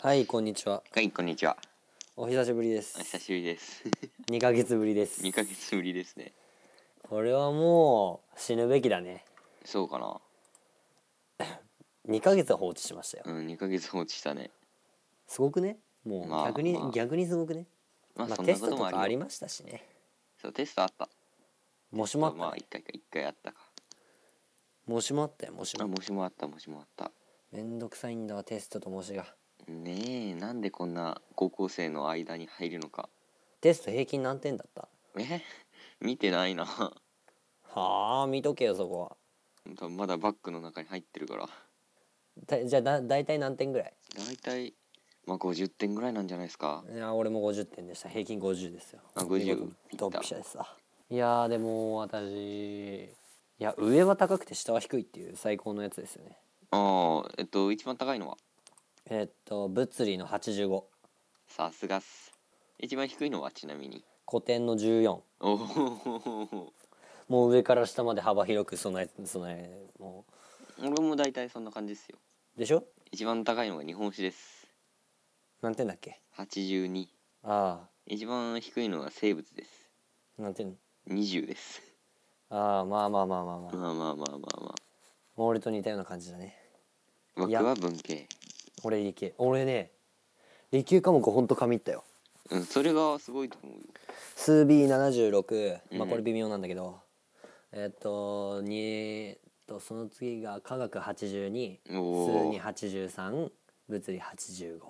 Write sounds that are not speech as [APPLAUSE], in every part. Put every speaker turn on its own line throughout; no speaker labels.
はい、こんにちは。
はい、こんにちは。
お久しぶり
お
で
久
す。
しぶり
[LAUGHS]
です。
2ヶ月ぶりです
2。ヶ月ぶりですね。
これはもう死ぬべきだね。
そうかな。
[LAUGHS] 2ヶ月は放置しましたよ。
うん、2ヶ月放置したね。
すごくね。も
ま
う
あ
逆に、
まあ
逆にすごくね。
まあ、
まあ、
そん
テ
な
ス
こ
ト
と
と
も
かあ
ある
り
よ。
ましたしね。
そう、テストあった。
もしもあった、ね
まあ、一回か一回あったか。
もしもあったよ。もし
あ、
も。
もしもあった、もしもあった。
めんどくさいんだわテストと模試が。
ねえ、なんでこんな高校生の間に入るのか。
テスト平均何点だった？
え [LAUGHS] 見てない [LAUGHS] な。
はあ、見とけよそこは。
多分まだバッグの中に入ってるから。
だじゃあだ大体何点ぐらい？
だいたい、まあ、50点ぐらいなんじゃないですか。
いや俺も50点でした平均50ですよ
あ50
見事
いった
ドンピシャでさいやーでも私いや上は高くて下は低いっていう最高のやつですよね
ああ、えっと、一番高いのは。
えーっと物理の85
さすがっす。一番低いのは、ちなみに。
古典の14
おお。
もう上から下まで幅広く備え備えも
俺も大体そんな感じですよ
うでしょ
一番高いのが日本史です
何点だっけ
82
あ
一番低いのが生物です
あ何点
20です
ああまあまあまあまあまあ、
まあまあまあまあま
俺と似たような感じだね
あ
いや
僕は文系
俺理系俺ね理級科目ほんと神ったよ
うんそれがすごいと思うよ
数 B76
う
まあ
ん
これ微妙なんだけど、えっとにえっとその次が科学82数
おお
に83物理85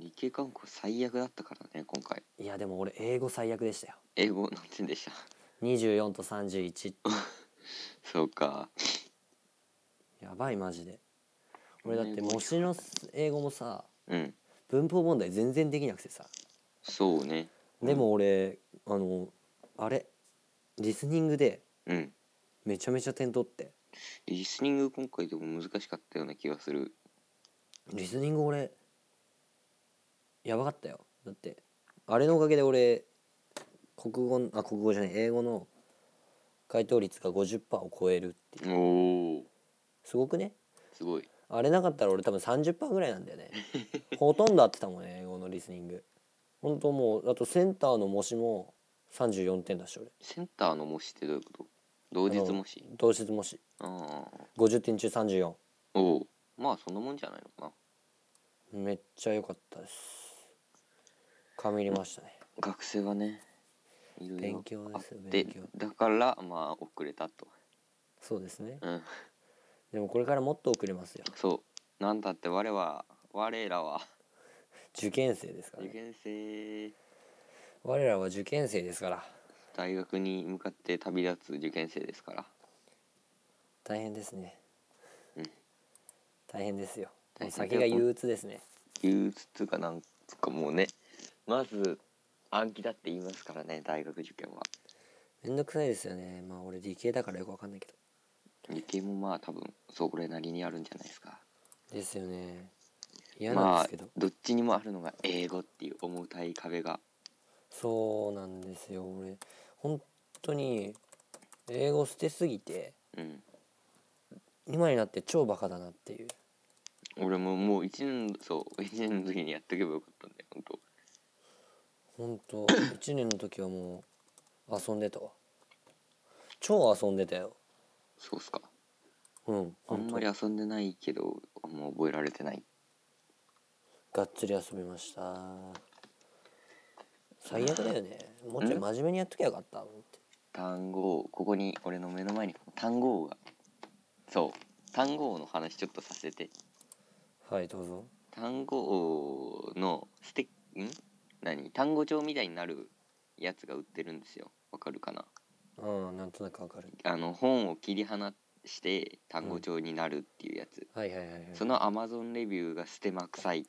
理系観光最悪だったからね今回
いやでも俺英語最悪でしたよ
英語何点でした [LAUGHS]
24と31
そうか
やばいマジで俺だって
英語
模試の英語もさ
うん
文法問題全然できなくてさ
そうね
でも俺、あのあれリスニングで
うん
めちゃめちゃ点取って
リスニング今回でも難しかったような気がする
リスニング俺やばかったよだってあれのおかげで俺国語のあ国語じゃない英語の回答率が50%を超えるっていう
おお
すごくね
すごい
あれなかったら俺多分30%ぐらいなんだよ [LAUGHS] ねほとんど合ってたもんね英語のリスニング本当もうあとセンターの模試も34点だし俺
センターの模試ってどういうこと同日模試
あの同日模試
ああ
50点中34
おうまあそんなもんじゃないのかな
めっちゃ良かったです神入りましたね
学生はねいろいろ
勉強ですよ
あって
勉強
だからまあ遅れたと
[LAUGHS] そうですね
うん
でもこれからもっと遅れますよ
そうなんだって我は我らは
受験生ですから、
受
ね、
験生
我らは受験生ですから
大学に向かって旅立つ受験生ですから
大変ですね、
うん
大変ですよも
大変
う
だよ
先が憂鬱ですね
憂鬱つうかなんつうかもうねまず暗記だって言いますからね大学受験は
めんどくさいですよねまあ俺理系だからよくわかんないけど
理系もまあ多分それなりにあるんじゃないですか
ですよね嫌なんですけど、
まあどっちにもあるのが英語っていう重たい壁が
そうなんですよ俺本当に英語捨てすぎて
うん
今になって超バカだなっていう
俺ももう1年そう1年の時にやっとけばよかったんだよ本当
本
[COUGHS]
当1年の時はもう遊んでたわ超遊んでたよ
そうっすか
うん
あんまり
本
遊んでないけどもう覚えられてない
当がっつり遊びました最悪だよねもうちょい
ん
真面目にやっときゃよかったと思って
単語をここに俺の目の前に単語がそう単語の話ちょっとさせて
はいどうぞ
単語のステッん何単語帳みたいになるやつが売ってるんですよわかるかな
うんなんとなくわかる
あの本を切り離して単語帳になるっていうやつ、
はいはいはいはい
そのアマゾンレビューがステマ臭い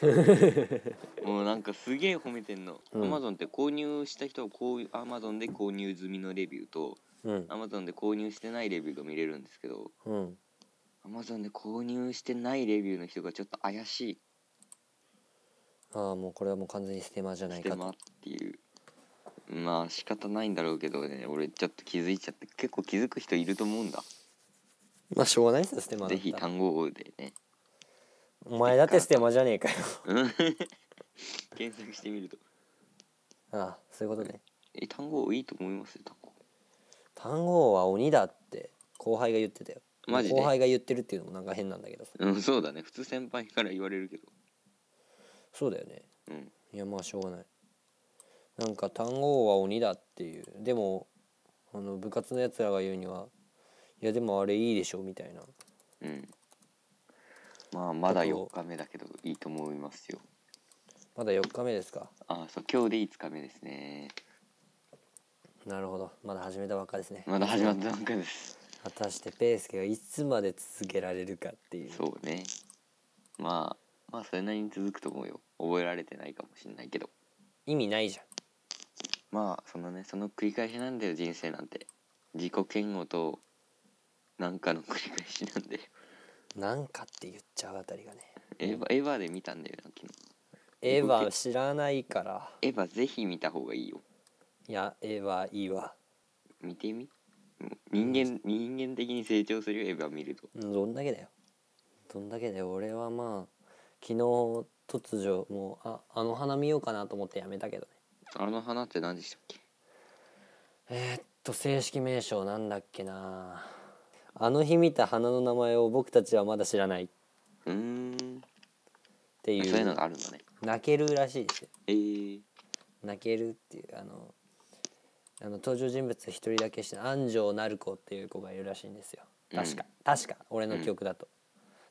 [LAUGHS]
ともうなんかすげえ褒めてんのア
うん
マゾンって購入した人はこういうアマゾンで購入済みのレビューと
うん
アマゾンで購入してないレビューが見れるんですけど
うん
アマゾンで購入してないレビューの人がちょっと怪し
ああもうこれはもう完全にステマじゃ
い
な
ス
い
テ
か
マっ
と
ていうまあ仕方ないんだろうけどね俺ちょっと気づいちゃって結構気づく人いると思うんだ
まあしょうがないですよステマだった
ぜ
ら
ひ単語でね
お前だってステマじゃねえかよ [LAUGHS]
うん [LAUGHS] 検索してみると
ああそういうことね
え単語多いと思いますよ単語
単語は鬼だって後輩が言ってたよ
マジで
後輩が言ってるっていうのもなんか変なんだけどさ
うんそうだね普通先輩から言われるけど
そうだよね
うん
いやまあしょうがないなんか単語王は鬼だっていうでもあの部活のやつらが言うにはいやでもあれいいでしょみたいな
うんまあまだ
あと
4日目だけどいいと思いますよ
まだ4日目ですか
あそう今日で5日目ですね
なるほどまだ始めたばっかですね
まだ始まったばっかです
果たしてペースケがいつまで続けられるかっていう
そうねまあまあそれなりに続くと思うよ覚えられてないかもしんないけど
意味ないじゃん
まあそのねその繰り返しなんだよ人生なんて自己嫌悪となんかの繰り返しなんで
なんかって言っちゃうあたりがね
エヴァエヴァで見たんだよな昨日
エヴァ知らないから
エヴァぜひ見た方がいいよ
いやエヴァいいわ
見てみ人間人間的に成長するよエヴァ見ると
うんどんだけだよどんだけだよ俺はまあ昨日突如もうああの花見ようかなと思ってやめたけどね
あの花って何でしたっけ
えーっと正式名称なんだっけなあの日見た花の名前を僕たちはまだ知らないっ
うーん
て
そう
い
いうの
う
があるんだね
泣けるらしいですよ
えー、
泣けるっていうあのあの登場人物一人だけして安城なる子っていう子がいるらしいんですよ確か、確か俺の記憶だと、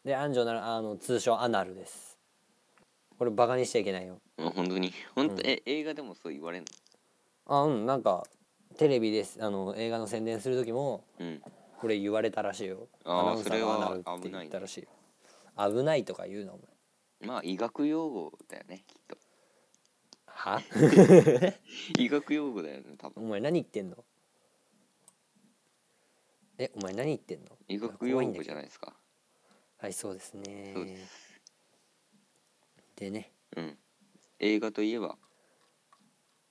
で安城なるあの通称アナルですこれバカにしちゃいけないよ
うん本当に本当、
うん
え映画でもそう言われん
あうんなんかテレビですあの映画の宣伝する時も
のうん
これ言われたらしいよ
あー
アナウンサーがアナ
そ
ル
れは
って言ったらしいよ危ないとか言うなお前
まあ医学用語だよねきっ
[LAUGHS]
と
は [LAUGHS]
医学用語だよね多
お
分
前何言ってんのえお前何言ってんの
医学用語じゃ
ない
ないですか
はいそうですね
そうです
でね
うん映画といえば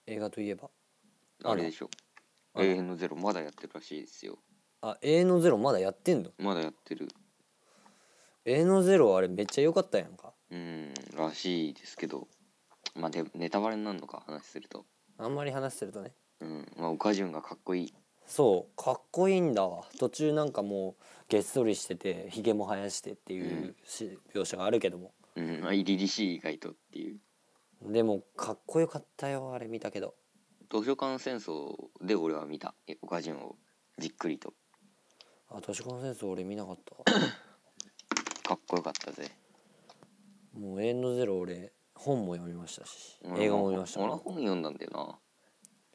映画といえば
あれでしょ
あ
永
ら
遠のゼロまだやってるらしいですよ
あ「A のゼロ」まだやってんの
まだやってる
「A のゼロ」あれめっちゃ良かったやんか
うんらしいですけどまあでネタバレになるのか話すると
あんまり話するとね
うんまあ岡潤がかっこいい
そうかっこいいんだわ途中なんかもうげっそりしててひげも生やしてっていうし描写があるけども
うんまあ凛々しい意外とっていう
でもかっこよかったよあれ見たけど
図書館戦争で俺は見たえ岡潤をじっくりと
あ図書館戦争俺見な
[COUGHS]
かったわ
かっこよかったぜ
もう「A のゼロ」俺本も読みましたし
うん
映画も見ました
俺は本読んだんだよな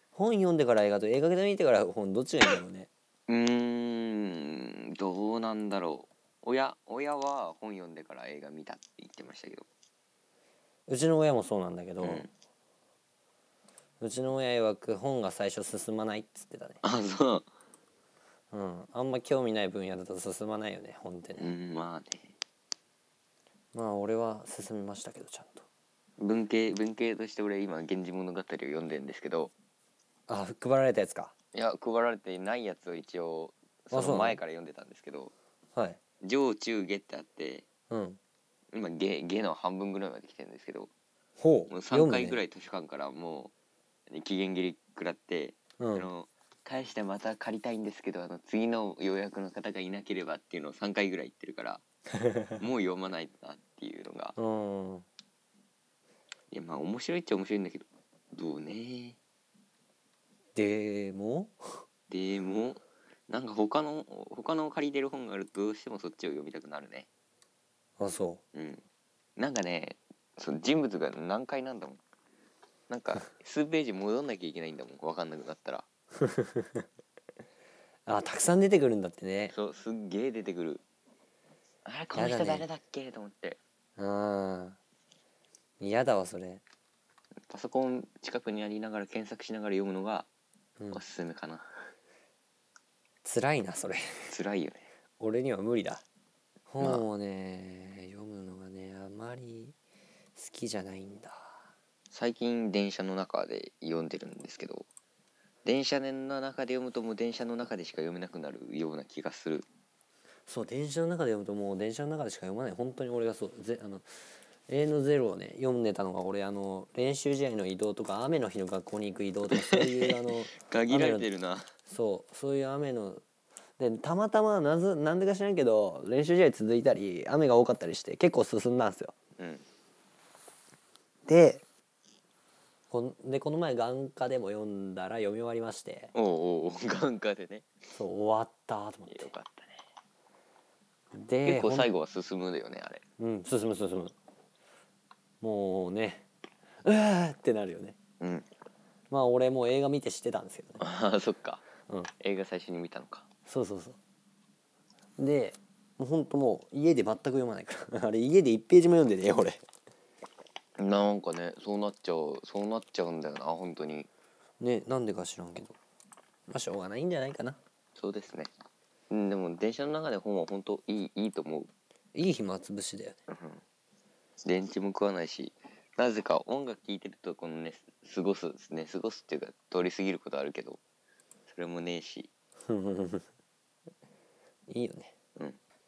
本読んでから映画と映画で見てから本どっちがいいんだろうね
うーんどうなんだろう親親は本読んでから映画見たって言ってましたけど
うちの親もそうなんだけど、
う
うんちの親曰く本が最初進まないっつってたね
[LAUGHS] あそう
うんあんま興味ない分野だと進まないよね本って
う
ね、
んまあね
まあ俺は進みましたけどちゃんと
文系文系として俺今「源氏物語」を読んでんですけど
あ配られたやつか
いや配られていないやつを一応そ
そうな
の
の
前から読んでたんですけど
はい
上中下ってあって
うん
今下下の半分ぐらいまで来てるんですけど
ほう
もう3回ぐら
い、
い図書館からもう期限切り食らって、
う
あ
ん、
の返してまた借りたいんですけどあの次の予約の方がいなければっていうのを3回ぐらい言ってるから
[LAUGHS]
もう読まないなっていうのが
うん
いやまあ面白いっちゃ面白いんだけどどうね
でも
でもなんか他の他の借りてる本があるとどうしてもそっちを読みたくなるね
あそ
うんなんかねその人物が難解なんだもんなんか数ページ戻んなきゃいけないんだもん分かんなくなったら
うあたくさん出てくるんだってね
そうすっげえ出てくるあれこの
や
人
だね
誰だっけと思って
うん嫌だわそれ、
パソコン近くにありながら検索しながら読むのが
うん
お、すすめかな、
辛いなそれ
辛いよね
俺には無理だ
あ
本をね読むのがねあまり好きじゃないんだ
最近電車の中で読んでるんですけど電車の中で読むともう電車の中でしか読めなくなるような気がする
そう電車の中で読むともう電車の中でしか読まない本当に俺がそうぜあの永遠のゼロをね読んでたのが俺あの練習試合の移動とか雨の日の学校に行く移動とかそういうあ [LAUGHS] の
限られてるな
そうそういう雨のでたまたまなぜなんでか知らんけど練習試合続いたり雨が多かったりして結構進んだんですよ
うん
でこんでこの前眼科でも読んだら読み終わりまして
おうおうおう眼科で
[LAUGHS]
ね
そう終わったと思
よ
っ
かったね
てで
結構
ほん
最後は進むだよねあれ
うん進む進むもうねうわーってなるよね
うん [LAUGHS]
まあ俺もう映画見て知ってたんですけどね、
ああそっか
うん、
映画最初に見たのか
そうそうそうでもうほんともう家で全く読まないから [LAUGHS] あれ家で1ページも読んでねえよ俺
なんかねそうなっちゃうそうなっちゃうんだよな本当に
ねなんでか知らんけどまあしょうがないんじゃないかな
そうですねうんでも電車の中で本は本当いいいいと思う
いい暇つぶしだよね
電池も食わないしなぜか音楽聴いてるとこのね過ごすですね過ごすっていうか通り過ぎることある
[LAUGHS]
けどそれもねえし
いいよね
うん